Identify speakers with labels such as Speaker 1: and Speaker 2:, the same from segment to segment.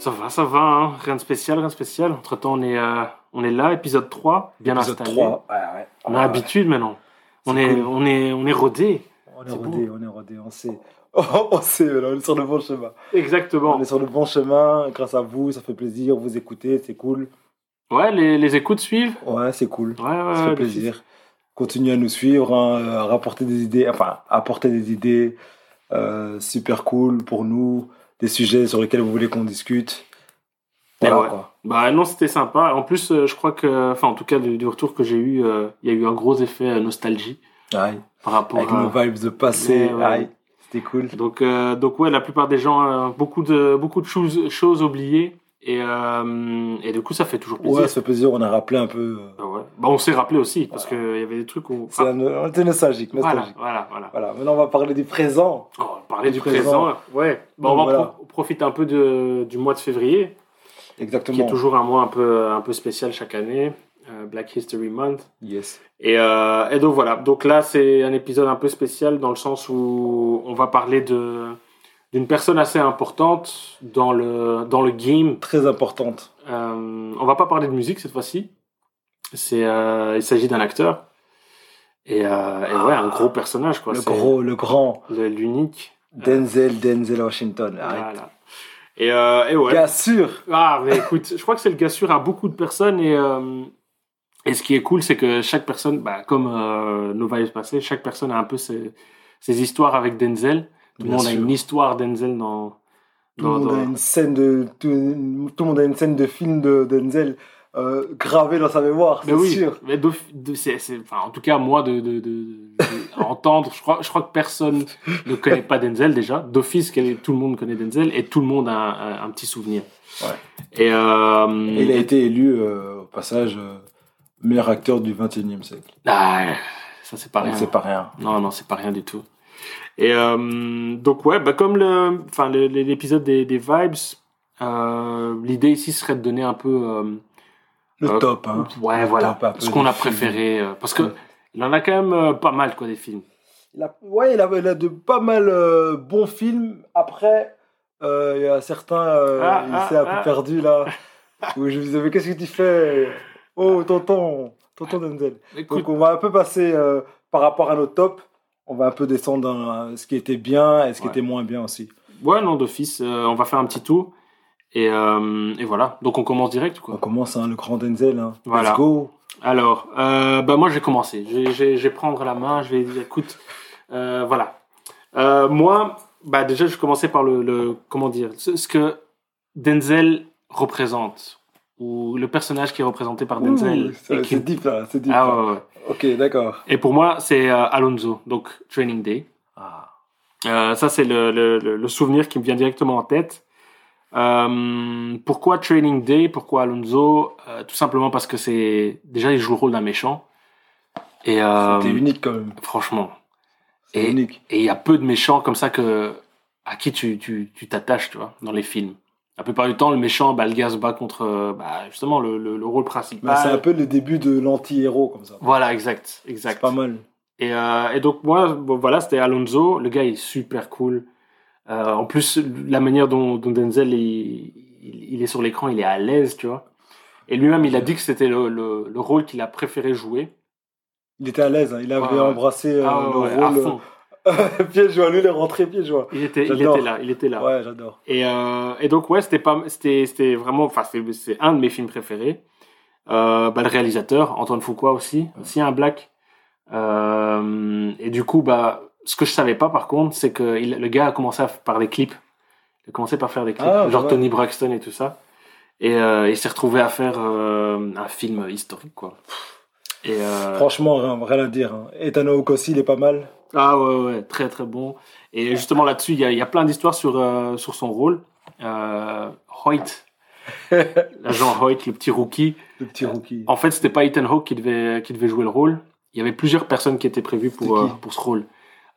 Speaker 1: Ça va, ça va, hein. rien de spécial, rien de spécial. Entre temps, on est, euh, on est là, épisode 3, bien
Speaker 2: Épisode
Speaker 1: installé.
Speaker 2: 3. Ouais, ouais.
Speaker 1: On
Speaker 2: Ouais,
Speaker 1: a
Speaker 2: ouais.
Speaker 1: l'habitude maintenant. On
Speaker 2: C'est
Speaker 1: est,
Speaker 2: cool.
Speaker 1: on est, on est rodé.
Speaker 2: Ah, On est
Speaker 1: C'est
Speaker 2: rodé, on est rodé, on sait. on sait, voilà, on est sur le bon chemin.
Speaker 1: Exactement.
Speaker 2: On est sur le bon chemin, grâce à vous, ça fait plaisir, vous écoutez, c'est cool.
Speaker 1: Ouais, les, les écoutes suivent.
Speaker 2: Ouais, c'est cool,
Speaker 1: Ouais, ouais,
Speaker 2: ça
Speaker 1: ouais,
Speaker 2: fait plaisir. Continuez à nous suivre, hein, euh, à rapporter des idées, enfin, apporter des idées euh, super cool pour nous, des sujets sur lesquels vous voulez qu'on discute.
Speaker 1: Et
Speaker 2: Voilà,
Speaker 1: ouais.
Speaker 2: quoi.
Speaker 1: Bah non, c'était sympa. En plus, euh, je crois que, enfin, en tout cas, du, du retour que j'ai eu, euh, il y a eu un gros effet euh, nostalgie
Speaker 2: Aïe.
Speaker 1: par rapport
Speaker 2: Avec
Speaker 1: à.
Speaker 2: nos vibes de
Speaker 1: euh,
Speaker 2: passé,
Speaker 1: Ouais, ouais.
Speaker 2: aïe, c'était cool.
Speaker 1: Donc, euh, donc ouais, la plupart des gens, euh, beaucoup de, beaucoup de choses, choses oubliées. Et, euh, et du coup, ça fait toujours plaisir.
Speaker 2: Ouais, ça fait plaisir, on a rappelé un peu. euh,
Speaker 1: Bah ouais. Bah, on s'est rappelé aussi, parce qu'il y avait des trucs où.
Speaker 2: C'est
Speaker 1: Ah,
Speaker 2: un- on était nostalgique,
Speaker 1: voilà,
Speaker 2: nostalgique.
Speaker 1: voilà, voilà.
Speaker 2: Voilà, maintenant on va parler du présent.
Speaker 1: Oh, parler
Speaker 2: Du
Speaker 1: du présent, ouais. Bah, on va
Speaker 2: Donc, voilà.
Speaker 1: pro- profiter un peu de, du mois de février, qui
Speaker 2: Exactement.
Speaker 1: est toujours un mois un peu, un peu spécial chaque année, euh, Black History Month.
Speaker 2: Yes.
Speaker 1: Et, euh, et donc voilà, donc là c'est un épisode un peu spécial dans le sens où on va parler de d'une personne assez importante dans le, dans le game.
Speaker 2: Très importante.
Speaker 1: Euh, on va pas parler de musique cette fois-ci. C'est, euh, il s'agit d'un acteur. Et, euh, et ouais, un gros personnage quoi.
Speaker 2: le
Speaker 1: C'est
Speaker 2: gros, le grand.
Speaker 1: le- L'unique.
Speaker 2: Ah. Denzel, Denzel Washington. Arrête.
Speaker 1: Voilà. Et, euh, et ouais.
Speaker 2: Bien sûr.
Speaker 1: Ah, mais écoute, je crois que c'est le gars sûr à beaucoup de personnes. Et, euh, et ce qui est cool, c'est que chaque personne, bah, comme euh, nos vibes passées, chaque personne a un peu ses, ses histoires avec Denzel. Tout le
Speaker 2: Bien
Speaker 1: monde a
Speaker 2: sûr.
Speaker 1: une histoire Denzel dans.
Speaker 2: Tout le
Speaker 1: dans-
Speaker 2: monde
Speaker 1: dans-
Speaker 2: a une scène de, tout, tout le monde a une scène de film de Denzel euh, gravée dans sa mémoire,
Speaker 1: Mais
Speaker 2: c'est
Speaker 1: oui,
Speaker 2: sûr.
Speaker 1: mais de- de- c'est- c'est- enfin, en tout cas, moi, de, de, de- de- à entendre, je crois, je crois que personne ne connaît pas Denzel déjà. D'office, quel- tout le monde connaît Denzel et tout le monde a un, un- un petit souvenir.
Speaker 2: Ouais.
Speaker 1: Et, euh,
Speaker 2: Et il a été élu, euh, au passage, euh, meilleur acteur du 21e siècle.
Speaker 1: ah, ça, c'est pas
Speaker 2: Donc
Speaker 1: rien.
Speaker 2: c'est pas rien.
Speaker 1: Non, non, c'est pas rien du tout. Et euh, donc, ouais, bah, comme le, enfin, le- le- l'épisode des, des vibes, euh, l'idée ici serait de donner un peu. euh,
Speaker 2: Le
Speaker 1: Euh,
Speaker 2: top, hein.
Speaker 1: ouais, voilà.
Speaker 2: Tape un peu
Speaker 1: Ce qu'on a
Speaker 2: des films.
Speaker 1: préféré. euh, parce que
Speaker 2: Ouais.
Speaker 1: il en a quand même euh, pas mal, quoi, des films.
Speaker 2: Il a, ouais, il a, il a de pas mal euh, bons films. Après, euh, il y a certains, euh,
Speaker 1: Ah,
Speaker 2: il
Speaker 1: ah,
Speaker 2: s'est un peu
Speaker 1: ah.
Speaker 2: perdu là. où je me disais, mais qu'est-ce que tu fais Oh, tonton, tonton Denzel.
Speaker 1: Écoute,
Speaker 2: Donc, on va un peu passer euh, par rapport à nos tops. On va un peu descendre dans euh, ce qui était bien et ce qui
Speaker 1: Ouais.
Speaker 2: était moins bien aussi.
Speaker 1: ouais, non, d'office, euh, on va faire un petit tour. Et, euh, et voilà. Donc, on commence direct,
Speaker 2: On
Speaker 1: quoi.
Speaker 2: commence, hein, le grand Denzel. hein.
Speaker 1: Voilà.
Speaker 2: Let's go.
Speaker 1: Alors, euh, bah, moi, je vais commencer. Je vais- Je vais- je vais prendre la main, je vais dire, écoute, euh, voilà. Euh, moi, bah, déjà, je commençais par le, le- comment dire, ce, ce que Denzel représente, ou le personnage qui est représenté par Denzel.
Speaker 2: Ouh,
Speaker 1: et
Speaker 2: ça-
Speaker 1: qui-
Speaker 2: C'est deep là, c'est deep.
Speaker 1: Ah,
Speaker 2: là.
Speaker 1: ouais, ouais, ouais.
Speaker 2: Ok, d'accord.
Speaker 1: Et pour moi, c'est euh, Alonso, donc Training Day.
Speaker 2: Ah,
Speaker 1: Euh, ça, c'est le, le- le- le souvenir qui me vient directement en tête. Euh, pourquoi Training Day Pourquoi Alonso Euh, Tout simplement parce que c'est déjà il joue le rôle d'un méchant. Et euh,
Speaker 2: C'était unique quand même.
Speaker 1: franchement,
Speaker 2: C'est
Speaker 1: et-
Speaker 2: unique.
Speaker 1: et il y a peu de méchants comme ça que à qui tu tu tu t'attaches, tu vois, dans les films. La plupart du temps, le méchant, bah, le gars se bat contre euh, bah, justement le, le- le rôle
Speaker 2: Mais c'est un
Speaker 1: principal.
Speaker 2: peu le début de l'anti-héros comme ça.
Speaker 1: Voilà, exact,
Speaker 2: C'est
Speaker 1: exact.
Speaker 2: pas mal.
Speaker 1: Et, euh, et donc moi, bon, voilà, c'était Alonso. Le gars il est super cool. Euh, en plus, la manière dont, dont Denzel il, il- il est sur l'écran, il est à l'aise, tu vois. Et lui-même, il a dit que c'était le, le- le rôle qu'il a préféré jouer.
Speaker 2: Il était à l'aise, hein. il avait
Speaker 1: Ouais, ouais.
Speaker 2: embrassé euh,
Speaker 1: Ah
Speaker 2: le
Speaker 1: ouais, à
Speaker 2: rôle.
Speaker 1: fond.
Speaker 2: euh, pieds joints, lui il est rentré pieds joints.
Speaker 1: Il était, il
Speaker 2: J'adore.
Speaker 1: était là, il était là.
Speaker 2: Ouais, j'adore.
Speaker 1: Et, euh, et donc, ouais, c'était pas, c'était, c'était vraiment, enfin, c'est, c'est un de mes films préférés. Euh, bah, le réalisateur, Antoine Fuqua aussi, aussi un black. Euh, et du coup, bah, ce que je savais pas par contre, c'est que il- le gars a commencé à f- par des clips. Il a commencé par faire des clips,
Speaker 2: Ah,
Speaker 1: genre
Speaker 2: ouais.
Speaker 1: Tony Braxton et tout ça. Et euh, il s'est retrouvé à faire euh, un film historique, quoi. Et, euh,
Speaker 2: Franchement, rien, rien à dire. Hein. Ethan Hawke aussi, il est pas mal.
Speaker 1: ah ouais, ouais, très très bon. Et justement là-dessus, il y, a- il y a plein d'histoires sur, euh, sur son rôle. Euh, Hoyt, l'agent Hoyt, le petit rookie.
Speaker 2: Le petit rookie.
Speaker 1: En fait, c'était pas Ethan Hawke qui devait, qui devait jouer le rôle. Il y avait plusieurs personnes qui étaient prévues pour,
Speaker 2: C'était
Speaker 1: euh,
Speaker 2: qui
Speaker 1: pour ce rôle.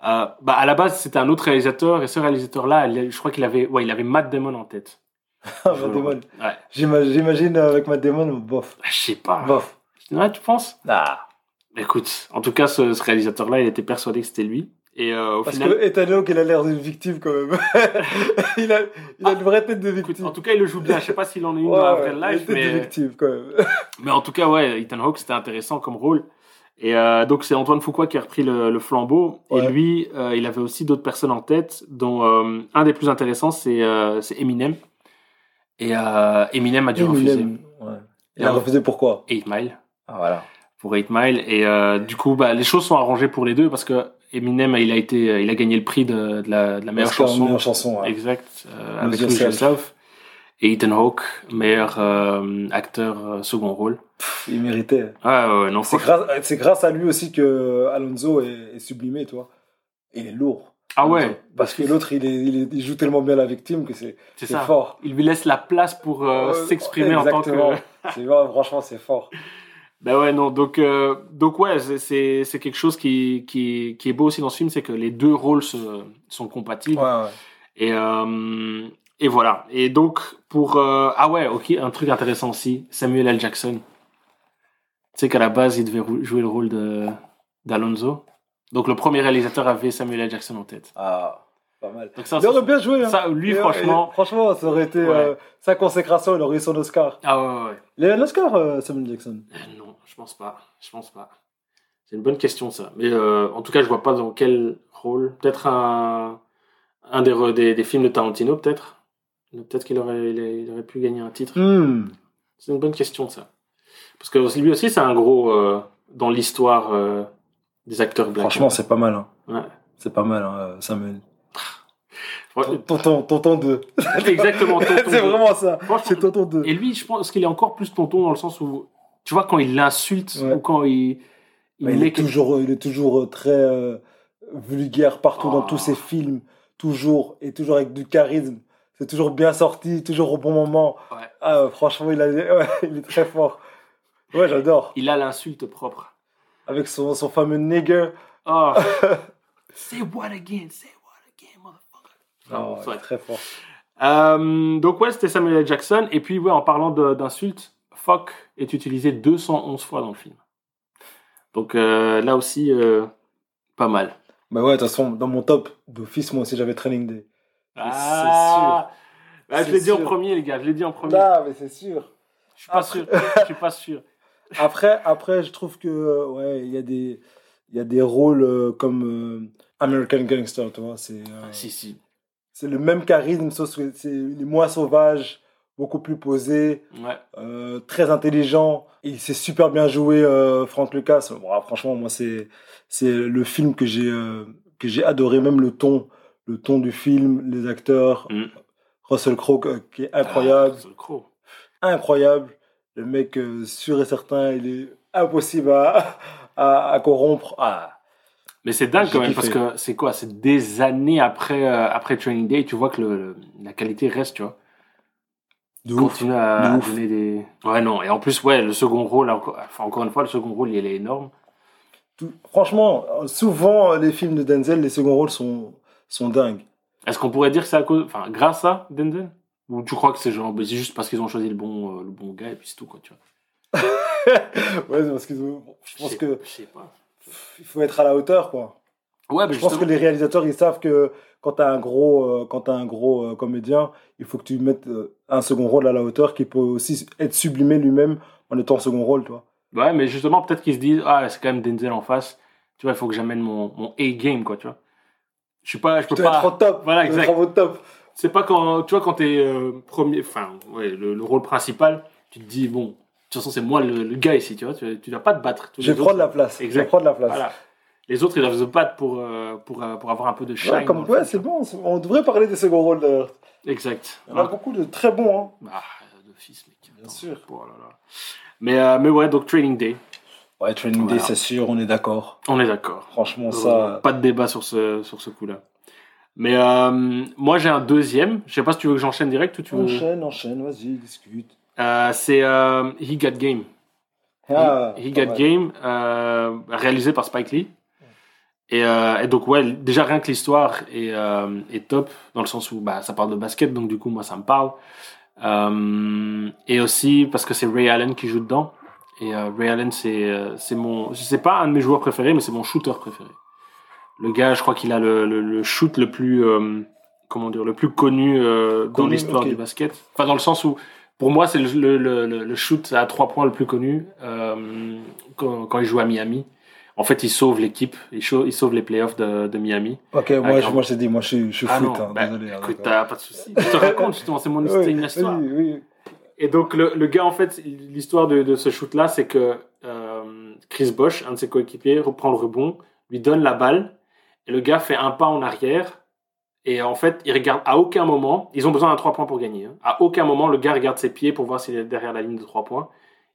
Speaker 1: Euh, bah, à la base, c'était un autre réalisateur. Et ce réalisateur-là, il- je crois qu'il avait, ouais, il avait Matt Damon en tête.
Speaker 2: Ah, Matt Damon.
Speaker 1: Ouais,
Speaker 2: J'ima- J'imagine euh, avec Matt Damon, bof.
Speaker 1: Ah, je sais pas.
Speaker 2: Bof.
Speaker 1: Ouais, tu penses Bah,
Speaker 2: Ah.
Speaker 1: Écoute, en tout cas, ce, ce réalisateur-là, il était persuadé que c'était lui. Et euh, au
Speaker 2: Parce
Speaker 1: final,
Speaker 2: que Ethan Hawke, il a l'air d'une victime quand même. il a, il a une vraie tête de
Speaker 1: Ah. écoute,
Speaker 2: victime.
Speaker 1: en tout cas, il le joue bien. Je sais pas s'il en est une
Speaker 2: Ouais,
Speaker 1: dans la
Speaker 2: ouais,
Speaker 1: vraie
Speaker 2: il a une
Speaker 1: life,
Speaker 2: tête de
Speaker 1: mais,
Speaker 2: victime quand même.
Speaker 1: mais en tout cas, ouais, Ethan Hawke, c'était intéressant comme rôle. Et euh, donc, c'est Antoine Foucault qui a repris le, le flambeau.
Speaker 2: Ouais.
Speaker 1: Et lui, euh, il avait aussi d'autres personnes en tête, dont euh, un des plus intéressants, c'est euh, c'est Eminem. Et euh, Eminem a dû refuser.
Speaker 2: Eminem, ouais. Il a refusé pourquoi
Speaker 1: 8 Mile.
Speaker 2: Ah, voilà.
Speaker 1: Pour 8 Mile. Et euh, du coup, bah, les choses sont arrangées pour les deux parce que Eminem, il a, été, il a gagné le prix de, de la, de la meilleure
Speaker 2: Oscar,
Speaker 1: chanson.
Speaker 2: Meilleure chanson, hein. ouais.
Speaker 1: Exact, euh,
Speaker 2: Lose
Speaker 1: avec Lose
Speaker 2: Yourself.
Speaker 1: Yourself. Et Ethan Hawke, meilleur euh, acteur euh, second rôle.
Speaker 2: Il méritait.
Speaker 1: Ah ouais, ouais, non,
Speaker 2: C'est
Speaker 1: franchement-
Speaker 2: grâce, c'est grâce à lui aussi que Alonso est, est sublimé, tu vois. Et il est lourd.
Speaker 1: Ah ouais,
Speaker 2: Parce que l'autre, il, est- il est- il joue tellement bien la victime que c'est
Speaker 1: c'est
Speaker 2: c'est
Speaker 1: ça.
Speaker 2: fort.
Speaker 1: Il lui laisse la place pour euh,
Speaker 2: Euh,
Speaker 1: s'exprimer en tant que.
Speaker 2: exactement. C'est vrai, franchement, c'est fort.
Speaker 1: Ben ouais, non. Donc, euh, donc ouais, c'est- c'est c'est quelque chose qui, qui, qui est beau aussi dans ce film, c'est que les deux rôles se- sont compatibles. Et, euh, et voilà. Et donc, pour. euh, ah ouais, ok, un truc intéressant aussi Samuel L. Jackson. Tu sais qu'à la base, il devait rou- jouer le rôle de- d'Alonso. Donc, le premier réalisateur avait Samuel L. Jackson en tête.
Speaker 2: Ah, pas mal.
Speaker 1: Donc, ça,
Speaker 2: Il aurait
Speaker 1: ça,
Speaker 2: bien joué. hein.
Speaker 1: ça, lui,
Speaker 2: Et, euh,
Speaker 1: franchement.
Speaker 2: et franchement, ça aurait été
Speaker 1: Ouais.
Speaker 2: euh, sa consécration, il aurait eu son Oscar.
Speaker 1: Ah ouais, ouais, ouais.
Speaker 2: Il a eu l'Oscar, euh, Samuel Jackson.
Speaker 1: Euh, Non, je pense pas. Je pense pas. C'est une bonne question, ça. Mais euh, en tout cas, je vois pas dans quel rôle. Peut-être un, un des, re- des, des films de Tarantino, peut-être. Peut-être qu'il aurait, il a- il aurait pu gagner un titre.
Speaker 2: Hmm.
Speaker 1: C'est une bonne question, ça. Parce que lui aussi, c'est un gros euh, dans l'histoire euh, des acteurs blancs.
Speaker 2: Franchement, c'est pas mal. hein.
Speaker 1: Ouais.
Speaker 2: C'est pas mal, hein, Samuel.
Speaker 1: Ouais,
Speaker 2: Tonton, tonton 2.
Speaker 1: exactement. tonton
Speaker 2: c'est
Speaker 1: de-
Speaker 2: vraiment ça.
Speaker 1: Franchement,
Speaker 2: C'est tonton 2.
Speaker 1: Et lui, je pense qu'il est encore plus tonton dans le sens où, tu vois, quand il l'insulte
Speaker 2: Ouais.
Speaker 1: ou quand il.
Speaker 2: Mais Bah, il,
Speaker 1: met
Speaker 2: est
Speaker 1: quelque-
Speaker 2: toujours, il est toujours euh, très euh, vulgaire partout dans
Speaker 1: Ah.
Speaker 2: tous ses films, toujours, et toujours avec du charisme. C'est toujours bien sorti, toujours au bon moment.
Speaker 1: Ouais.
Speaker 2: Ah, euh, franchement, il, a- ouais, il est très fort. Ouais, j'adore.
Speaker 1: Il a l'insulte propre.
Speaker 2: Avec son, son fameux nigger.
Speaker 1: Oh. Say what again? Say what again, motherfucker?
Speaker 2: Oh,
Speaker 1: Vraiment,
Speaker 2: il est
Speaker 1: ouais.
Speaker 2: très fort.
Speaker 1: Euh, donc, ouais, c'était Samuel L. Jackson. Et puis, ouais, en parlant de- d'insultes, fuck est utilisé 211 fois dans le film. Donc, euh, là aussi, euh, pas mal.
Speaker 2: Bah ouais, de toute façon, dans mon top d'office, moi aussi, j'avais Training Day.
Speaker 1: Ah. Bah, je
Speaker 2: C'est
Speaker 1: l'ai dit en
Speaker 2: sûr.
Speaker 1: premier, les gars. Je l'ai dit en premier.
Speaker 2: Ah, mais c'est sûr.
Speaker 1: Je suis pas
Speaker 2: Après-
Speaker 1: sûr. Je suis pas sûr.
Speaker 2: Après, après, je trouve que euh, ouais, il y a des, il y a des rôles euh, comme euh, American Gangster, tu vois. C'est euh,
Speaker 1: Si, si.
Speaker 2: c'est le même charisme, sauf que c'est il est moins sauvage, beaucoup plus posé,
Speaker 1: Ouais.
Speaker 2: euh, très intelligent. Et c'est super bien joué, euh, Frank Lucas. Bon, ah, franchement, moi, c'est c'est le film que j'ai euh, que j'ai adoré, même le ton, le ton du film, les acteurs,
Speaker 1: Mm.
Speaker 2: Russell Crowe euh, qui est incroyable
Speaker 1: Ah, c'est le croc.
Speaker 2: incroyable. Le mec euh, sûr et certain, il est impossible à, à, à corrompre. Ah,
Speaker 1: Mais c'est dingue
Speaker 2: J'ai
Speaker 1: quand même parce
Speaker 2: kiffé.
Speaker 1: que c'est quoi C'est des années après, euh, après Training Day, tu vois que le, le- la qualité reste, tu vois.
Speaker 2: de ouf.
Speaker 1: Continue à,
Speaker 2: de
Speaker 1: à
Speaker 2: ouf.
Speaker 1: donner des. Ouais, non. Et en plus, ouais, le second rôle, encore, enfin, encore une fois, le second rôle, il est énorme.
Speaker 2: Tout- franchement, euh, souvent euh, les films de Denzel, les seconds rôles sont, sont dingues.
Speaker 1: Est-ce qu'on pourrait dire que c'est à cause. Enfin, grâce à Denzel Ou tu crois que c'est genre. bah, C'est juste parce qu'ils ont choisi le bon, euh, le bon gars et puis c'est tout, quoi, tu vois.
Speaker 2: Ouais, c'est parce que euh, je pense
Speaker 1: sais-
Speaker 2: que
Speaker 1: Je sais pas.
Speaker 2: pff, il faut être à la hauteur, quoi.
Speaker 1: Ouais, bah,
Speaker 2: Je pense que
Speaker 1: justement.
Speaker 2: les réalisateurs, ils savent que quand t'as un gros, euh, quand t'as un gros euh, comédien, il faut que tu mettes euh, un second rôle à la hauteur qui peut aussi être sublimé lui-même en étant second rôle, toi.
Speaker 1: Ouais, mais justement, peut-être qu'ils se disent, ah, c'est quand même Denzel en face. Tu vois, il faut que j'amène mon, mon A-game, quoi, tu vois. Je suis pas, je peux
Speaker 2: Tu dois être au
Speaker 1: pas.
Speaker 2: top.
Speaker 1: Voilà,
Speaker 2: tu dois
Speaker 1: exact.
Speaker 2: être au top.
Speaker 1: C'est pas quand, tu vois, quand t'es euh, premier, enfin, ouais, le, le rôle principal, tu te dis, bon, de toute façon, c'est moi le, le gars ici, tu vois, tu, tu dois pas te battre. Tous
Speaker 2: Je
Speaker 1: les
Speaker 2: vais prendre
Speaker 1: autres,
Speaker 2: la place. Je vais
Speaker 1: Exact.
Speaker 2: prendre la place.
Speaker 1: Voilà. Les autres, ils doivent se battre pour, euh, pour, euh, pour avoir un peu de shine. hein.
Speaker 2: Ouais, comme
Speaker 1: dans le
Speaker 2: ouais, c'est
Speaker 1: film,
Speaker 2: bon, c'est- on devrait parler des second rôles d'ailleurs.
Speaker 1: tu vois. Exact.
Speaker 2: Il y en a beaucoup de très bons. Hein.
Speaker 1: Bah, euh, d'office, mec. Attends.
Speaker 2: sûr.
Speaker 1: Oh là là. Mais, euh, mais ouais, donc Training Day,
Speaker 2: Ouais, Training
Speaker 1: Voilà.
Speaker 2: Day, c'est sûr, on est d'accord.
Speaker 1: on est d'accord.
Speaker 2: Franchement,
Speaker 1: Heureusement,
Speaker 2: ça.
Speaker 1: Pas de débat sur ce, sur ce coup-là. Mais euh, moi, j'ai un deuxième. Je sais pas si tu veux que j'enchaîne direct ou tu veux.
Speaker 2: Enchaîne, enchaîne, vas-y, discute.
Speaker 1: Euh, c'est euh, He Got Game. He, He
Speaker 2: Ah, pas
Speaker 1: Got
Speaker 2: mal.
Speaker 1: Game, euh, réalisé par Spike Lee. Et, euh, et donc, ouais, déjà rien que l'histoire est, euh, est top, dans le sens où bah, ça parle de basket, donc du coup, moi, ça me parle. Euh, et aussi parce que c'est Ray Allen qui joue dedans. Et euh, Ray Allen, c'est euh, c'est mon. C'est pas un de mes joueurs préférés, mais c'est mon shooter préféré. Le gars, je crois qu'il a le, le- le shoot le plus, euh, comment dire, le plus connu euh, dans
Speaker 2: Connu,
Speaker 1: l'histoire
Speaker 2: ok.
Speaker 1: du basket. Enfin, dans le sens où, pour moi, c'est le, le- le- le shoot à trois points le plus connu euh, quand, quand il joue à Miami. En fait, il sauve l'équipe, il, chau- il sauve les playoffs de, de Miami.
Speaker 2: Ok, moi, je,
Speaker 1: d'accord.
Speaker 2: moi je t'ai dit, moi je suis, je suis
Speaker 1: Ah
Speaker 2: foot,
Speaker 1: non,
Speaker 2: hein,
Speaker 1: bah,
Speaker 2: désolé. hein,
Speaker 1: Écoute,
Speaker 2: d'accord.
Speaker 1: t'as pas de souci. Je te raconte justement, c'est mon c'est
Speaker 2: Ouais,
Speaker 1: une histoire.
Speaker 2: vas-y, oui.
Speaker 1: Et donc, le, le gars, en fait, il- l'histoire de, de ce shoot-là, c'est que euh, Chris Bosch, un de ses coéquipiers, reprend le rebond, lui donne la balle, et le gars fait un pas en arrière. Et en fait, il regarde à aucun moment, ils ont besoin d'un 3 points pour gagner. hein. À aucun moment, le gars regarde ses pieds pour voir s'il est derrière la ligne de 3 points.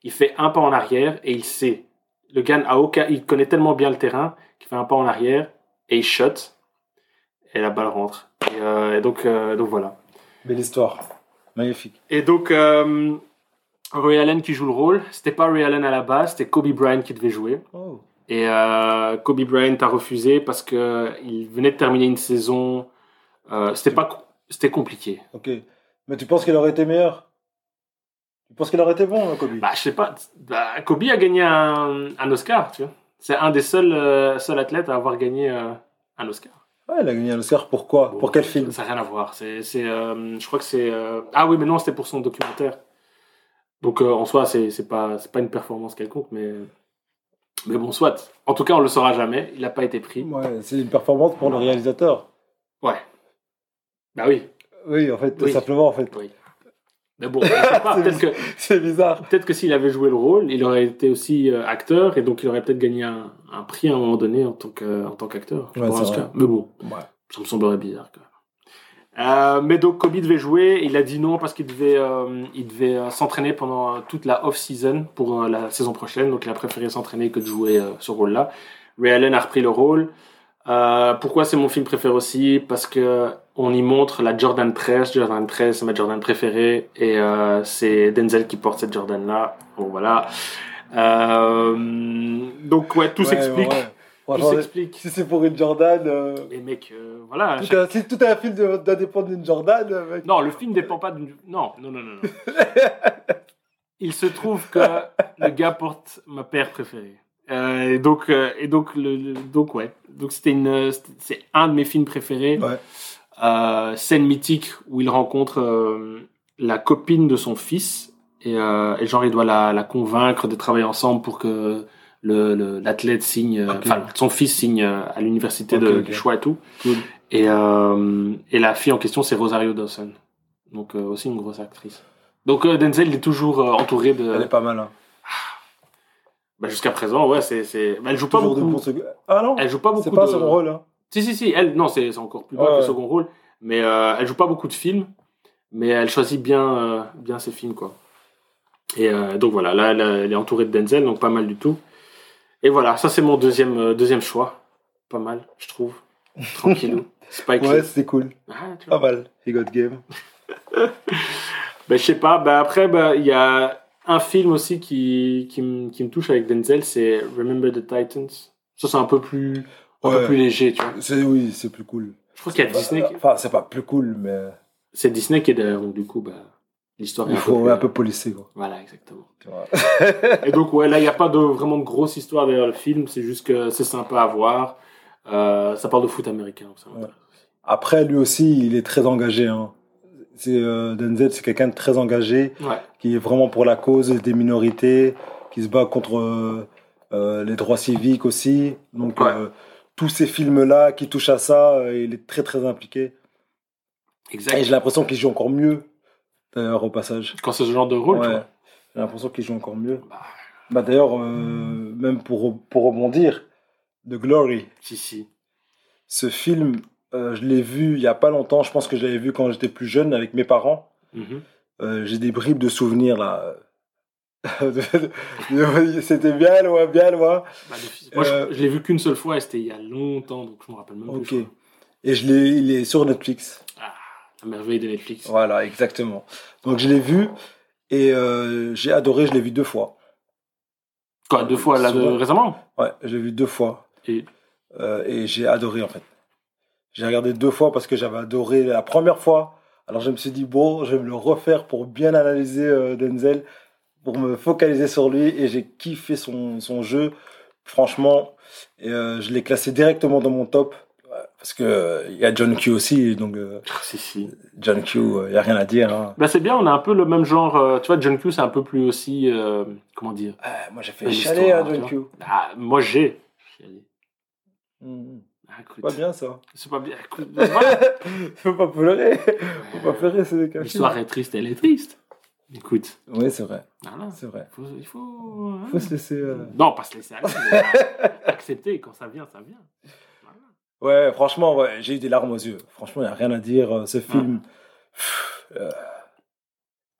Speaker 1: Il fait un pas en arrière et il sait. Le gars, à aucun, il connaît tellement bien le terrain qu'il fait un pas en arrière et il shot. Et la balle rentre. Et, euh, et donc, euh, donc voilà.
Speaker 2: Belle histoire. Magnifique.
Speaker 1: Et donc, euh, Ray Allen qui joue le rôle. C'était pas Ray Allen à la base, c'était Kobe Bryant qui devait jouer.
Speaker 2: Oh.
Speaker 1: Et euh, Kobe Bryant a refusé parce que il venait de terminer une saison. euh, c'était pas, c'était compliqué.
Speaker 2: Ok. Mais tu penses qu'il aurait été meilleur Tu penses qu'il aurait été bon, hein, Kobe
Speaker 1: Bah, je sais pas. bah, Kobe a gagné un, un Oscar, tu vois. C'est un des seuls, euh, seuls athlètes à avoir gagné euh, un Oscar.
Speaker 2: Ouais, il a gagné un Oscar. Pourquoi
Speaker 1: Bon,
Speaker 2: Pour quel film
Speaker 1: Ça n'a rien à voir. C'est, c'est, euh, je crois que c'est. euh, Ah oui, mais non, c'était pour son documentaire. Donc euh, en soi, c'est, c'est pas, c'est pas une performance quelconque, mais. Mais bon, soit. En tout cas, on le saura jamais. Il n'a pas été pris.
Speaker 2: Ouais, c'est une performance pour le réalisateur.
Speaker 1: Bah oui.
Speaker 2: Oui, en fait, tout
Speaker 1: Oui. Oh.
Speaker 2: simplement, en fait.
Speaker 1: Mais bon, on sait pas.
Speaker 2: C'est
Speaker 1: peut-être, que,
Speaker 2: C'est bizarre.
Speaker 1: peut-être que s'il avait joué le rôle, il aurait été aussi euh, acteur et donc il aurait peut-être gagné un, un prix à un moment donné en tant, que, en tant qu'acteur.
Speaker 2: Ouais,
Speaker 1: Pour
Speaker 2: c'est
Speaker 1: un Oscar.
Speaker 2: vrai.
Speaker 1: Mais bon.
Speaker 2: Ouais.
Speaker 1: Ça me semblerait bizarre quand même. Euh, mais donc Kobe devait jouer, il a dit non parce qu'il devait, euh, il devait euh, s'entraîner pendant euh, toute la off-season pour euh, la saison prochaine, donc il a préféré s'entraîner que de jouer euh, ce rôle-là. Ray Allen a repris le rôle. Euh, pourquoi c'est mon film préféré aussi Parce que on y montre la Jordan 13. Jordan 13, c'est ma Jordan préférée et euh, c'est Denzel qui porte cette Jordan-là. Bon voilà. Euh, donc ouais, tout
Speaker 2: Ouais,
Speaker 1: s'explique.
Speaker 2: ouais.
Speaker 1: Tout
Speaker 2: Franchement,
Speaker 1: s'explique.
Speaker 2: si c'est pour une Jordan, euh,
Speaker 1: Les mecs, euh, voilà.
Speaker 2: tout un- si tout un film de- doit dépendre d'une Jordan, euh, mec.
Speaker 1: Non, le film dépend pas d'une. Non, non, non, non. non. Il se trouve que le gars porte ma paire préférée. Euh, et donc, euh, et donc, le, le- donc ouais. Donc c'était une, euh, c'était- c'est un de mes films préférés.
Speaker 2: Ouais.
Speaker 1: Euh, scène mythique où il rencontre euh, la copine de son fils et, euh, et genre il doit la, la convaincre de travailler ensemble pour que le- le- l'athlète signe, euh,
Speaker 2: Ok.
Speaker 1: enfin son fils signe euh, à l'université
Speaker 2: Ok,
Speaker 1: de,
Speaker 2: ok.
Speaker 1: du choix et tout.
Speaker 2: Cool.
Speaker 1: Et, euh, et la fille en question, c'est Rosario Dawson. Donc, euh, aussi une grosse actrice. Donc, euh, Denzel, il est toujours euh, entouré
Speaker 2: Elle est
Speaker 1: de.
Speaker 2: pas mal. Hein.
Speaker 1: Bah, Jusqu'à présent, ouais, c'est. c'est- bah, elle joue pas
Speaker 2: Toujours de
Speaker 1: beaucoup.
Speaker 2: bons sec- Ah non
Speaker 1: Elle joue pas beaucoup.
Speaker 2: C'est pas
Speaker 1: de-
Speaker 2: son rôle. Hein.
Speaker 1: Si, si, si. Elle, non, c'est c'est encore plus bas
Speaker 2: Ouais,
Speaker 1: que
Speaker 2: ouais.
Speaker 1: le second rôle. Mais euh, elle joue pas beaucoup de films. Mais elle choisit bien, euh, bien ses films, quoi. Et euh, donc, voilà, là, elle, elle est entourée de Denzel, donc pas mal du tout. Et voilà, ça, c'est mon deuxième, euh, deuxième choix. Pas mal, je trouve. Tranquillou. Spike
Speaker 2: Ouais,
Speaker 1: Lee.
Speaker 2: c'est cool.
Speaker 1: Ah, tu vois.
Speaker 2: Pas mal. He got game.
Speaker 1: Ben, je sais pas. Ben, après, ben, il y a un film aussi qui, qui, me- qui me touche avec Denzel, c'est Remember the Titans. Ça, c'est un peu plus, un peu
Speaker 2: Ouais.
Speaker 1: plus léger, tu vois.
Speaker 2: C'est oui, c'est plus cool.
Speaker 1: Je crois qu'il y a Disney. qui-
Speaker 2: Enfin, c'est pas plus cool, mais
Speaker 1: C'est Disney qui est derrière, donc du coup, ben, l'histoire est
Speaker 2: il
Speaker 1: un peu
Speaker 2: faut
Speaker 1: plus-
Speaker 2: un peu policer. Quoi.
Speaker 1: Voilà, exactement.
Speaker 2: Tu vois.
Speaker 1: Et donc, ouais, là, il n'y a pas de, vraiment de grosse histoire derrière le film. C'est juste que c'est sympa à voir. Euh, ça parle de foot américain. donc ça m'intéresse.
Speaker 2: Après, lui aussi, il est très engagé. Hein. C'est, euh, Denzel, c'est quelqu'un de très engagé,
Speaker 1: Ouais.
Speaker 2: qui est vraiment pour la cause des minorités, qui se bat contre euh, euh, les droits civiques aussi. Donc,
Speaker 1: Ouais.
Speaker 2: euh, tous ces films-là qui touchent à ça, euh, il est très très impliqué. Et
Speaker 1: Exact.
Speaker 2: j'ai l'impression qu'il joue encore mieux, d'ailleurs, au passage.
Speaker 1: Quand c'est ce genre de rôle,
Speaker 2: Ouais.
Speaker 1: tu vois.
Speaker 2: J'ai l'impression qu'il joue encore mieux.
Speaker 1: Bah.
Speaker 2: Bah, d'ailleurs, euh, même pour, pour rebondir, The Glory,
Speaker 1: Si, si.
Speaker 2: ce film, euh, je l'ai vu il y a pas longtemps. Je pense que je l'avais vu quand j'étais plus jeune avec mes parents.
Speaker 1: Mhm.
Speaker 2: Euh, j'ai des bribes de souvenirs là. C'était bien loin, bien loin.
Speaker 1: Bah, difficile. Moi, je-
Speaker 2: Euh,
Speaker 1: je, l'ai vu qu'une seule fois et c'était il y a longtemps, donc je me rappelle même
Speaker 2: Ok.
Speaker 1: plus. je crois.
Speaker 2: Et je l'ai, il est sur Netflix.
Speaker 1: La merveille de Netflix.
Speaker 2: Voilà, exactement. Donc je l'ai vu et euh, j'ai adoré. Je l'ai vu deux fois.
Speaker 1: Quoi, deux fois là, de-
Speaker 2: Souvent.
Speaker 1: récemment
Speaker 2: Ouais, je l'ai vu deux fois.
Speaker 1: Et-
Speaker 2: Euh, et j'ai adoré en fait. J'ai regardé deux fois parce que j'avais adoré la première fois. Alors je me suis dit bon, je vais me le refaire pour bien analyser euh, Denzel, pour me focaliser sur lui et j'ai kiffé son, son jeu franchement, et, euh, je l'ai classé directement dans mon top. Parce que euh, il y a John Q aussi, donc euh,
Speaker 1: Si, si.
Speaker 2: John Q, euh, il y a rien à dire. hein.
Speaker 1: Bah, c'est bien, on a un peu le même genre. euh, tu vois, John Q, c'est un peu plus aussi. euh, comment dire
Speaker 2: Ah, moi j'ai fait
Speaker 1: Belle
Speaker 2: chialer à
Speaker 1: histoire,
Speaker 2: John
Speaker 1: tu
Speaker 2: Q.
Speaker 1: Ah, Moi, j'ai.
Speaker 2: Mm, mm.
Speaker 1: Ah, écoute,
Speaker 2: Pas bien ça.
Speaker 1: C'est pas bien. Écoute, voilà.
Speaker 2: Faut pas pleurer. Faut pas pleurer, c'est des cas.
Speaker 1: euh, L'histoire est triste, elle est triste. Écoute,
Speaker 2: Oui, c'est vrai.
Speaker 1: voilà.
Speaker 2: C'est vrai.
Speaker 1: Faut- il faut. hein.
Speaker 2: Faut se laisser. euh,
Speaker 1: Non, pas se laisser aller, mais accepter quand ça vient, ça vient.
Speaker 2: Ouais, franchement, ouais, j'ai eu des larmes aux yeux. Franchement, il n'y a rien à dire. euh, Ce film, pff, euh,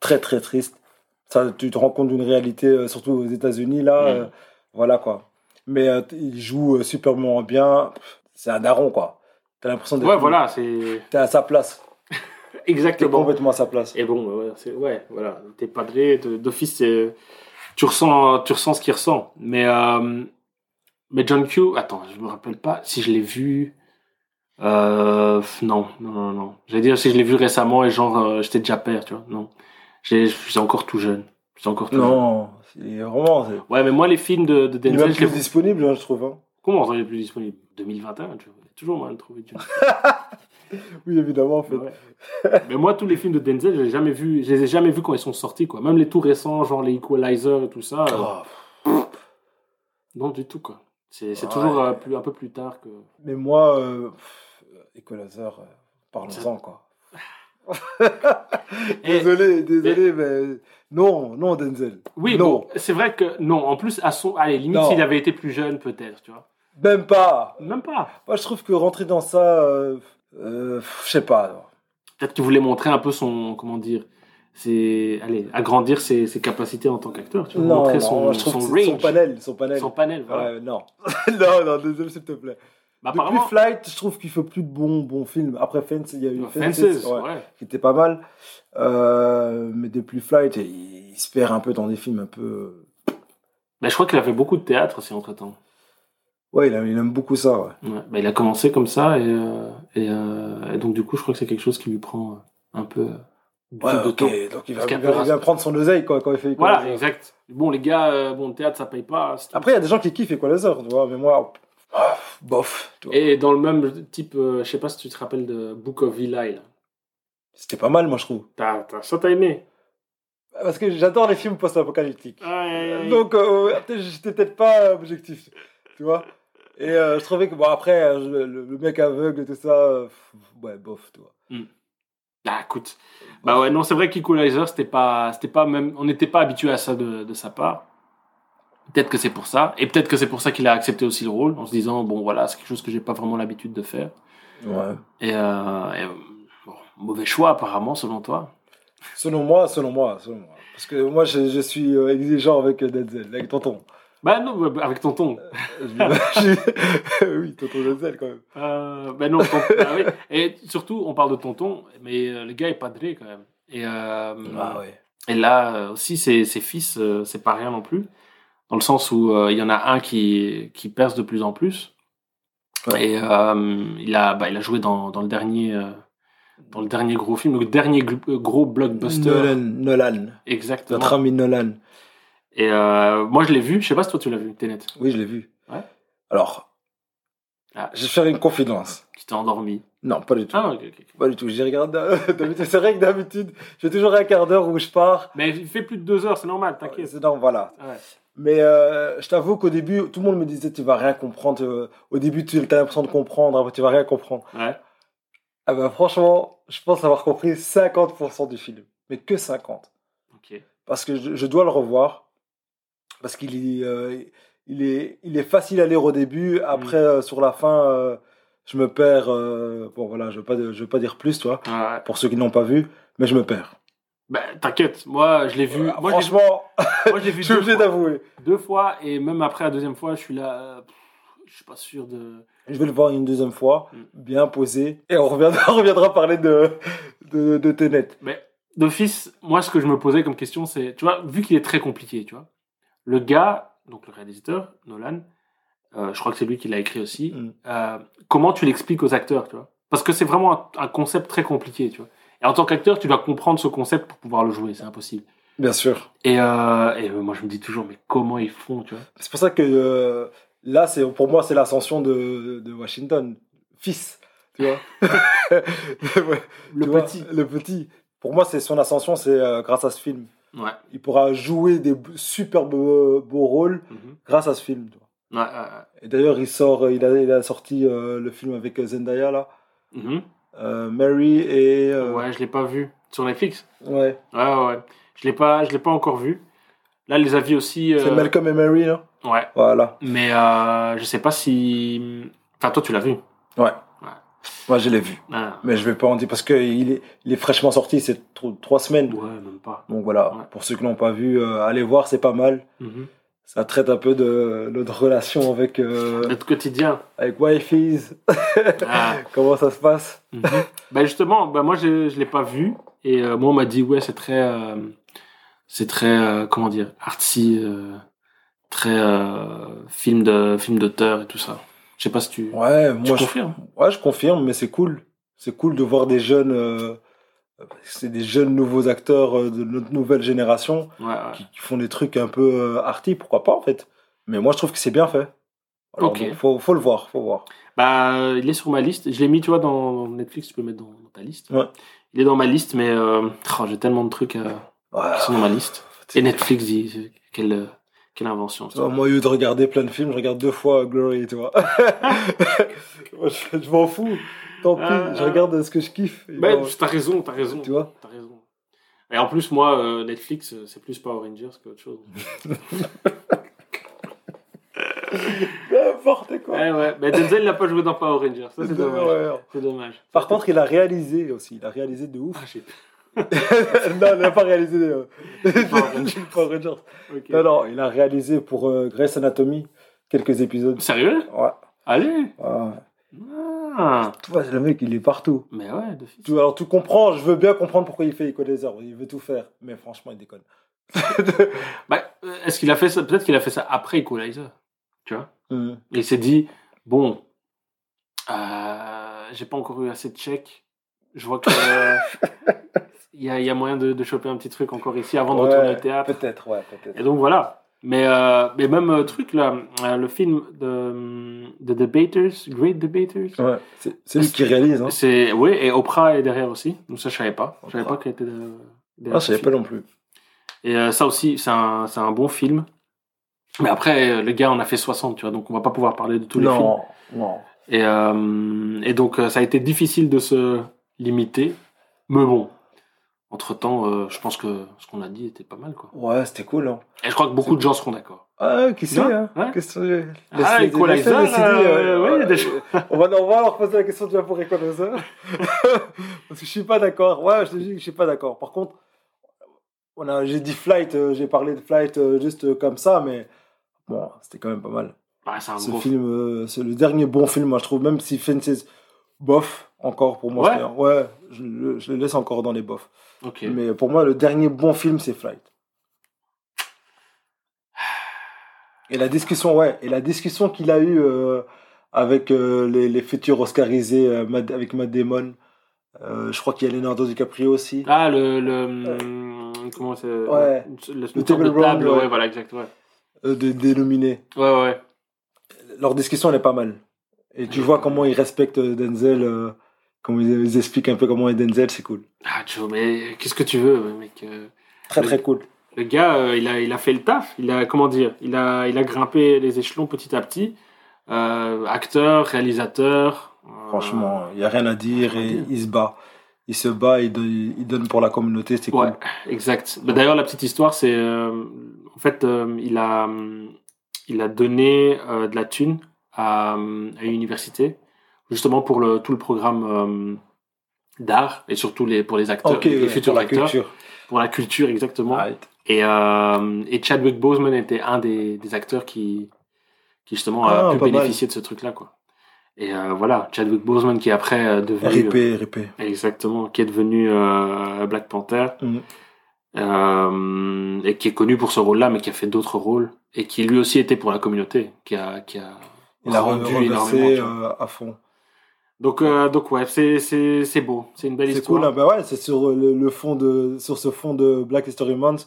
Speaker 2: très très triste. Ça, tu te rends compte d'une réalité, euh, surtout aux États-Unis, là.
Speaker 1: Ouais.
Speaker 2: euh, voilà quoi. Mais euh, t- il joue euh, superment bien. Pff, C'est un daron, quoi. T'as l'impression d'être.
Speaker 1: Ouais, voilà, c'est.
Speaker 2: T'es à sa place. T'es
Speaker 1: Exactement.
Speaker 2: complètement à sa place.
Speaker 1: Et bon, bah ouais, c'est- ouais, voilà, t'es padré de- d'office, c'est- tu ressens, tu ressens ce qu'il ressent. Mais, euh, mais John Q, attends, je me rappelle pas si je l'ai vu. Euh, non, non, non, non. J'allais dire si je l'ai vu récemment et genre euh, j'étais déjà père, tu vois. Non, J'ai- je suis encore tout jeune. Je suis encore tout jeune.
Speaker 2: Non, c'est vraiment. c'est-
Speaker 1: Ouais, mais moi les films de, de
Speaker 2: Il est
Speaker 1: Denzel,
Speaker 2: même
Speaker 1: je les
Speaker 2: plus disponible, hein, je trouve. hein.
Speaker 1: Comment on est plus disponible 2021, tu vois. Il y a Toujours moyen de trouver John Q.
Speaker 2: Oui, évidemment, en fait.
Speaker 1: Ouais. mais moi tous les films de Denzel, je les ai jamais vus, je les ai jamais vus quand ils sont sortis quoi. Même les tout récents, genre les Equalizer et tout ça. euh,
Speaker 2: Oh,
Speaker 1: Non, du tout, quoi. C'est c'est
Speaker 2: Ouais.
Speaker 1: toujours euh, plus, un peu plus tard que.
Speaker 2: Mais moi, euh, pff, Equalizer, euh, parlons-en, quoi.
Speaker 1: Eh,
Speaker 2: désolé, désolé, mais non, non, Denzel.
Speaker 1: Oui,
Speaker 2: non,
Speaker 1: bon, c'est vrai que non. En plus, à son. Allez, limite,
Speaker 2: Non.
Speaker 1: s'il avait été plus jeune, peut-être, tu vois.
Speaker 2: même pas.
Speaker 1: Même pas.
Speaker 2: Moi, je trouve que rentrer dans ça, euh, euh, pff, je sais pas. non.
Speaker 1: Peut-être qu'il voulait montrer un peu son. Comment dire c'est allez agrandir ses, ses capacités en tant qu'acteur tu vois
Speaker 2: Non,
Speaker 1: montrer
Speaker 2: non,
Speaker 1: son,
Speaker 2: moi, je trouve
Speaker 1: son
Speaker 2: que c'est-
Speaker 1: range
Speaker 2: son panel, son panel.
Speaker 1: Son panel, voilà
Speaker 2: Ouais, non, non, non, Denzel, s'il te plaît.
Speaker 1: Bah,
Speaker 2: Depuis
Speaker 1: apparemment
Speaker 2: Flight, je trouve qu'il fait plus de bons, bons films. Après Fence, il y a eu
Speaker 1: Fences,
Speaker 2: ouais.
Speaker 1: ouais.
Speaker 2: qui était pas mal. Euh, mais depuis Flight, il, il se perd un peu dans des films un peu. euh,
Speaker 1: Bah, je crois qu'il a fait beaucoup de théâtre aussi entre temps
Speaker 2: Ouais, il aime, il aime beaucoup ça. Ouais.
Speaker 1: bah, il a commencé comme ça et, euh, et, euh, et donc du coup je crois que c'est quelque chose qui lui prend euh, un peu euh, beaucoup
Speaker 2: Ouais,
Speaker 1: de
Speaker 2: ok,
Speaker 1: temps
Speaker 2: Donc il va,
Speaker 1: Parce qu'il y a
Speaker 2: il va-
Speaker 1: peu
Speaker 2: il va prendre son oseille quoi, quand il fait
Speaker 1: Voilà,
Speaker 2: Equalizer.
Speaker 1: exact. Bon, les gars, euh, bon, le théâtre, ça paye pas. c'est tout.
Speaker 2: Après, il y a des gens qui kiffent Equalizer, tu vois, mais moi, ah, bof. tu vois.
Speaker 1: Et dans le même type, euh, je sais pas si tu te rappelles de Book of Eli, là.
Speaker 2: C'était pas mal, moi, je trouve. Ah,
Speaker 1: T'as, t'as- ça, t'as aimé.
Speaker 2: Parce que j'adore les films post-apocalyptiques.
Speaker 1: Ouais,
Speaker 2: Donc, euh, peut-être- j'étais peut-être pas euh, objectif, tu vois. Et euh, je trouvais que, bon, après, euh, je- le, le mec aveugle et tout ça, euh, pff, ouais, bof, tu vois.
Speaker 1: Ah, écoute. Bah ouais, non, c'est vrai qu'Equalizer, c'était pas, c'était pas même, on n'était pas habitué à ça de, de sa part. Peut-être que c'est pour ça. Et peut-être que c'est pour ça qu'il a accepté aussi le rôle, en se disant, bon, voilà, c'est quelque chose que j'ai pas vraiment l'habitude de faire.
Speaker 2: Ouais.
Speaker 1: Et, euh, et, euh, bon, mauvais choix, apparemment, selon toi.
Speaker 2: Selon moi, selon moi, selon moi. Parce que moi, je, je suis euh, exigeant avec euh, Denzel, avec Tonton.
Speaker 1: Bah non, bah, avec tonton.
Speaker 2: Je- je- oui, Tonton Denzel, quand même.
Speaker 1: Euh, ben non, ton- ah oui. Et surtout, on parle de tonton, mais euh, le gars est padré quand même. Et, euh,
Speaker 2: Ah, ouais.
Speaker 1: et là euh, aussi, ses, ses fils, euh, c'est pas rien non plus. Dans le sens où euh, il y en a un qui, qui perce de plus en plus.
Speaker 2: Ouais.
Speaker 1: Et euh, il, a, bah, il a joué dans, dans le dernier, euh, dans le dernier gros film, le dernier gl- euh, gros blockbuster.
Speaker 2: Nolan, Nolan,
Speaker 1: Exactement.
Speaker 2: notre ami Nolan.
Speaker 1: Et euh, moi, je l'ai vu. Je sais pas si toi, tu l'as vu, Tenet.
Speaker 2: Oui, je l'ai vu.
Speaker 1: Ouais.
Speaker 2: Alors,
Speaker 1: Ah.
Speaker 2: je vais faire une confidence.
Speaker 1: Tu t'es endormi.
Speaker 2: Non, pas du tout.
Speaker 1: Ah, ok, ok, ok.
Speaker 2: Pas du tout. J'y regarde. d'habitude. C'est vrai que d'habitude, j'ai toujours un quart d'heure où je pars.
Speaker 1: Mais il fait plus de deux heures, c'est normal, t'inquiète. Ah
Speaker 2: C'est- Non, voilà.
Speaker 1: Ouais.
Speaker 2: Mais euh, je t'avoue qu'au début, tout le monde me disait tu vas rien comprendre. euh, Au début, tu as l'impression de comprendre, après tu vas rien comprendre.
Speaker 1: Ouais.
Speaker 2: Ah bah franchement, je pense avoir compris 50% du film. Mais que 50.
Speaker 1: Ok.
Speaker 2: parce que je, je dois le revoir parce qu'il est, euh, il est il est facile à lire au
Speaker 1: Mm.
Speaker 2: début après euh, sur la fin euh, je me perds euh, bon voilà je veux pas de- je veux pas dire plus toi
Speaker 1: Ouais.
Speaker 2: pour ceux qui n'ont pas vu mais je me perds
Speaker 1: Bah, t'inquiète, moi je l'ai vu.
Speaker 2: Voilà,
Speaker 1: moi, je l'ai vu-
Speaker 2: franchement
Speaker 1: moi, je l'ai vu,
Speaker 2: je suis obligé
Speaker 1: deux, fois,
Speaker 2: d'avouer
Speaker 1: deux fois et même après la deuxième fois, je suis là. euh, pff, je suis pas sûr de.
Speaker 2: je vais le voir une deuxième fois
Speaker 1: Mm.
Speaker 2: bien posé et on reviendra on reviendra parler de de, de Tenet
Speaker 1: D'office, moi ce que je me posais comme question, c'est, tu vois, vu qu'il est très compliqué, tu vois, le gars, donc le réalisateur, Nolan, euh, je crois que c'est lui qui l'a écrit aussi,
Speaker 2: Mm.
Speaker 1: euh, comment tu l'expliques aux acteurs, tu vois Parce que c'est vraiment un, un concept très compliqué, tu vois. Et en tant qu'acteur, tu dois comprendre ce concept pour pouvoir le jouer, c'est impossible.
Speaker 2: bien sûr
Speaker 1: Et, euh, et, euh, moi je me dis toujours, mais comment ils font, tu vois
Speaker 2: c'est pour ça que euh, Là, c'est pour moi, c'est l'ascension de, de Washington, fils. Tu vois
Speaker 1: Le
Speaker 2: Tu vois,
Speaker 1: petit.
Speaker 2: le petit. Pour moi, c'est son ascension, c'est euh, grâce à ce film.
Speaker 1: Ouais.
Speaker 2: Il pourra jouer des b- superbes euh, beaux rôles
Speaker 1: Mhm.
Speaker 2: grâce à ce film. tu vois.
Speaker 1: Ouais, ouais,
Speaker 2: Et d'ailleurs, il sort, euh, il a, il a sorti euh, le film avec euh, Zendaya là,
Speaker 1: ouais. Mhm.
Speaker 2: Euh, Mary et euh,
Speaker 1: Ouais, je l'ai pas vu sur Netflix.
Speaker 2: ouais.
Speaker 1: Ouais, ouais, ouais. Je l'ai pas, je l'ai pas encore vu. Là, les avis aussi.
Speaker 2: c'est
Speaker 1: euh,
Speaker 2: Malcolm et Mary là.
Speaker 1: Ouais.
Speaker 2: Voilà.
Speaker 1: Mais euh, je sais pas si. Enfin, toi, tu l'as vu.
Speaker 2: Ouais. Moi, je l'ai vu,
Speaker 1: Ah.
Speaker 2: mais je vais pas en dire parce que il est, il est fraîchement sorti, c'est tro- trois semaines.
Speaker 1: Ouais, même pas.
Speaker 2: Donc voilà,
Speaker 1: Ouais.
Speaker 2: pour ceux qui l'ont pas vu, euh, allez voir, c'est pas mal.
Speaker 1: Mhm.
Speaker 2: Ça traite un peu de notre relation avec euh,
Speaker 1: Notre quotidien.
Speaker 2: avec Wifeys,
Speaker 1: Ah.
Speaker 2: comment ça se passe.
Speaker 1: Mhm. Bah, justement, bah, moi je je l'ai pas vu et euh, moi on m'a dit ouais c'est très euh, c'est très euh, comment dire artsy euh, très euh, film de film d'auteur et tout ça. Je sais pas si tu, tu
Speaker 2: Ouais, moi je,
Speaker 1: confirmes.
Speaker 2: ouais, je confirme, mais c'est cool. C'est cool de voir des jeunes, euh, c'est des jeunes nouveaux acteurs euh, de notre nouvelle génération
Speaker 1: Ouais, ouais.
Speaker 2: qui, qui font des trucs un peu euh, arty, pourquoi pas en fait. Mais moi je trouve que c'est bien fait. Alors,
Speaker 1: Ok.
Speaker 2: donc, faut, faut le voir, faut voir.
Speaker 1: Bah euh, il est sur ma liste. Je l'ai mis tu vois dans Netflix. Tu peux le mettre dans, dans ta liste.
Speaker 2: Ouais.
Speaker 1: Il est dans ma liste mais euh, oh, j'ai tellement de trucs euh,
Speaker 2: Ouais,
Speaker 1: qui sont dans ma liste. Et Netflix dit quelle euh, quelle invention.
Speaker 2: tu vois, moi, au lieu de regarder plein de films, je regarde deux fois Glory, tu vois. Moi, je je m'en fous. Tant pis,
Speaker 1: Ah,
Speaker 2: je
Speaker 1: ah.
Speaker 2: regarde ce que je kiffe. Et
Speaker 1: Bah,
Speaker 2: bon,
Speaker 1: t'as raison, t'as raison.
Speaker 2: tu vois
Speaker 1: T'as raison. Et en plus, moi, euh, Netflix, euh, c'est plus Power Rangers qu'autre chose.
Speaker 2: N'importe quoi.
Speaker 1: ouais, ouais. Mais Denzel, il n'a pas joué dans Power Rangers. Ça, c'est
Speaker 2: C'est
Speaker 1: dommage.
Speaker 2: horreur.
Speaker 1: C'est dommage.
Speaker 2: Par contre, il a réalisé aussi. Il a réalisé de ouf.
Speaker 1: Ah, je sais pas.
Speaker 2: non, il n'a pas réalisé. euh,
Speaker 1: Power Rangers.
Speaker 2: Power Rangers.
Speaker 1: Ok.
Speaker 2: Non, non, il a réalisé pour euh, Grey's Anatomy quelques épisodes.
Speaker 1: Sérieux
Speaker 2: Ouais.
Speaker 1: Allez
Speaker 2: ouais.
Speaker 1: Ah.
Speaker 2: Tu vois, le mec, il est partout.
Speaker 1: Mais ouais, de fils.
Speaker 2: Tu, alors, tu comprends, je veux bien comprendre pourquoi il fait Echo des heures. Il veut tout faire. Mais franchement, il déconne.
Speaker 1: Bah, euh, est-ce qu'il a fait ça Peut-être qu'il a fait ça après Equalizer. Tu vois
Speaker 2: Mmh.
Speaker 1: Et il s'est dit, bon, euh, j'ai pas encore eu assez de chèques. Je vois que. euh, Il y, a, il y a moyen de, de choper un petit truc encore ici avant de
Speaker 2: Ouais,
Speaker 1: retourner au théâtre.
Speaker 2: Peut-être, ouais, peut-être.
Speaker 1: Et donc voilà. Mais, euh, mais même euh, truc là, euh, le film de, de Debaters, Great Debaters.
Speaker 2: Ouais, c'est, c'est lui qui réalise. Hein.
Speaker 1: C'est oui et Oprah est derrière aussi. Donc ça je savais pas. Je savais
Speaker 2: Oprah.
Speaker 1: pas qu'elle était derrière. derrière
Speaker 2: Ah, je
Speaker 1: ce
Speaker 2: savais pas
Speaker 1: film.
Speaker 2: non plus.
Speaker 1: Et euh, ça aussi c'est un c'est un bon film. Mais après euh, le gars en a fait 60 tu vois donc on va pas pouvoir parler de tous les films.
Speaker 2: non, non.
Speaker 1: Et euh, et donc euh, ça a été difficile de se limiter. Mais bon. Entre temps, je pense que ce qu'on a dit était pas mal quoi.
Speaker 2: Ouais, c'était cool. Hein.
Speaker 1: Et je crois que beaucoup de gens seront d'accord.
Speaker 2: Ah, qui sait,
Speaker 1: Ouais,
Speaker 2: hein
Speaker 1: ouais.
Speaker 2: Qu'est-ce que
Speaker 1: Ah,
Speaker 2: laisse-
Speaker 1: Equalizer,
Speaker 2: laisse- laisse-
Speaker 1: euh,
Speaker 2: laisse-
Speaker 1: ouais, il y a des
Speaker 2: euh,
Speaker 1: choses.
Speaker 2: on, va, on va leur poser la question déjà pour Equalizer. Parce que je suis pas d'accord. Ouais, je te dis que je suis pas d'accord. Par contre, on a, j'ai dit Flight, euh, j'ai parlé de Flight euh, juste euh, comme ça, mais bon, c'était quand même pas mal.
Speaker 1: Bah, c'est un
Speaker 2: Ce
Speaker 1: gros
Speaker 2: film, euh, c'est le dernier bon film, moi, je trouve, même si Fences, bof, encore pour moi.
Speaker 1: Ouais.
Speaker 2: c'était un- ouais je, le- je le laisse encore dans les bofs.
Speaker 1: Ok.
Speaker 2: Mais pour moi, le dernier bon film, c'est Flight. Et la discussion, ouais, et la discussion qu'il a eue euh, avec euh, les, les futurs Oscarisés, euh, Matt- avec Matt Damon, euh, je crois qu'il y a Leonardo DiCaprio aussi.
Speaker 1: Ah, le. le hum, Comment c'est
Speaker 2: Euh. Ouais.
Speaker 1: une- une- une
Speaker 2: Le
Speaker 1: sorte de
Speaker 2: table
Speaker 1: table,
Speaker 2: round,
Speaker 1: ouais,
Speaker 2: ouais.
Speaker 1: voilà, exact. Ouais,
Speaker 2: euh, de dénominer.
Speaker 1: ouais, ouais.
Speaker 2: Leur discussion, elle est pas mal. Et tu
Speaker 1: Ouais.
Speaker 2: vois comment ils respectent euh, Denzel, euh, comment ils, ils expliquent un peu comment est Denzel, c'est cool.
Speaker 1: Ah, Joe, mais qu'est-ce que tu veux, mec euh,
Speaker 2: Très
Speaker 1: Mais-
Speaker 2: très cool.
Speaker 1: Le gars, euh, il, a, il a fait le taf. Il a, comment dire il a, il a grimpé les échelons petit à petit. Euh, acteur, réalisateur. euh,
Speaker 2: Franchement, il n'y a rien à dire
Speaker 1: rien à
Speaker 2: et
Speaker 1: dire.
Speaker 2: il se bat. Il se bat, il donne, il donne pour la communauté, c'est
Speaker 1: Ouais,
Speaker 2: cool.
Speaker 1: exact. Bah, D'ailleurs, la petite histoire, c'est. euh, en fait, euh, il, a, hum, il a donné euh, de la thune à, hum, à une université, justement pour le, tout le programme hum, d'art et surtout les, pour les acteurs,
Speaker 2: Ok,
Speaker 1: les
Speaker 2: ouais,
Speaker 1: futurs
Speaker 2: pour la
Speaker 1: acteurs,
Speaker 2: culture. Ah
Speaker 1: pour la culture, exactement.
Speaker 2: Right.
Speaker 1: Et, euh, et Chadwick Boseman était un des, des acteurs qui, qui justement,
Speaker 2: Ah,
Speaker 1: a pu
Speaker 2: pas mal.
Speaker 1: bénéficier de ce truc-là, quoi. Et euh, voilà, Chadwick Boseman qui est après euh, devenu.
Speaker 2: RIP, RIP.
Speaker 1: Exactement, qui est devenu euh, Black Panther
Speaker 2: Mhm.
Speaker 1: Euh, et qui est connu pour ce rôle-là, mais qui a fait d'autres rôles et qui lui aussi était pour la communauté, qui a, qui a
Speaker 2: Il a
Speaker 1: rendu
Speaker 2: renversé
Speaker 1: énormément, tu vois.
Speaker 2: euh, à fond.
Speaker 1: Donc, euh, donc ouais, c'est c'est c'est beau, c'est une belle
Speaker 2: C'est cool, hein.
Speaker 1: histoire.
Speaker 2: bah ouais, c'est sur le, le fond de, sur ce fond de Black History Month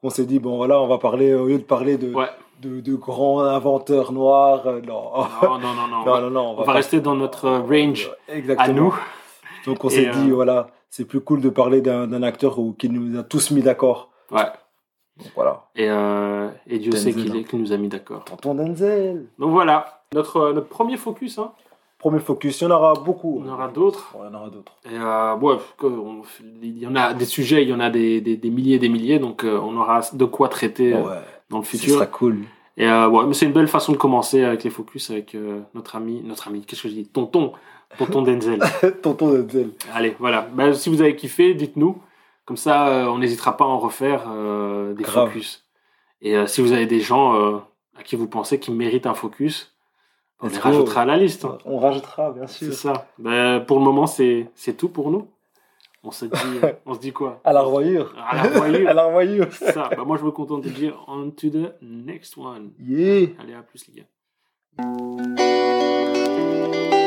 Speaker 2: qu'on s'est dit bon voilà, on va parler au lieu de parler de
Speaker 1: Ouais.
Speaker 2: de, de grands inventeurs noirs. euh, non.
Speaker 1: Non, non, non, non.
Speaker 2: non, non, non,
Speaker 1: on, va rester dans notre euh, range
Speaker 2: Euh, Exactement.
Speaker 1: à nous.
Speaker 2: Donc on
Speaker 1: Et,
Speaker 2: s'est
Speaker 1: euh,
Speaker 2: dit, voilà, c'est plus cool de parler d'un d'un acteur où- qui nous a tous mis d'accord.
Speaker 1: Ouais.
Speaker 2: Donc voilà.
Speaker 1: Et, euh, et Dieu
Speaker 2: Denzel,
Speaker 1: sait qu'il
Speaker 2: hein.
Speaker 1: est- qu'il nous a mis d'accord.
Speaker 2: Tonton Denzel.
Speaker 1: Donc voilà, notre, euh, notre premier focus. Hein.
Speaker 2: Premier focus, il y en aura beaucoup.
Speaker 1: On aura d'autres.
Speaker 2: Ouais, Il y en aura d'autres.
Speaker 1: Et euh, ouais, que- on- il y en a des sujets, il y en a des, des, des milliers et des milliers, donc euh, on aura de quoi traiter euh,
Speaker 2: Ouais,
Speaker 1: dans le
Speaker 2: ce
Speaker 1: futur.
Speaker 2: sera cool.
Speaker 1: Et euh, ouais, mais c'est une belle façon de commencer avec les focus avec euh, notre ami, notre ami, qu'est-ce que je dis Tonton, tonton Denzel.
Speaker 2: Tonton Denzel.
Speaker 1: Allez, voilà. Bah, si vous avez kiffé, dites-nous. Comme ça, euh, on n'hésitera pas à en refaire euh, des
Speaker 2: Grave.
Speaker 1: focus. Et euh, si vous avez des gens euh, à qui vous pensez qu'ils méritent un focus, on
Speaker 2: Let's
Speaker 1: les
Speaker 2: go.
Speaker 1: rajoutera à la liste. hein.
Speaker 2: On rajoutera, bien sûr.
Speaker 1: C'est ça. Bah, pour le moment, c'est c'est tout pour nous. On se dit, on se dit quoi
Speaker 2: À la revoyure.
Speaker 1: À la revoyure.
Speaker 2: à la revoyure.
Speaker 1: C'est ça. Bah, moi, je me contente de dire on to the next one.
Speaker 2: Yeah.
Speaker 1: Allez, à plus, les gars.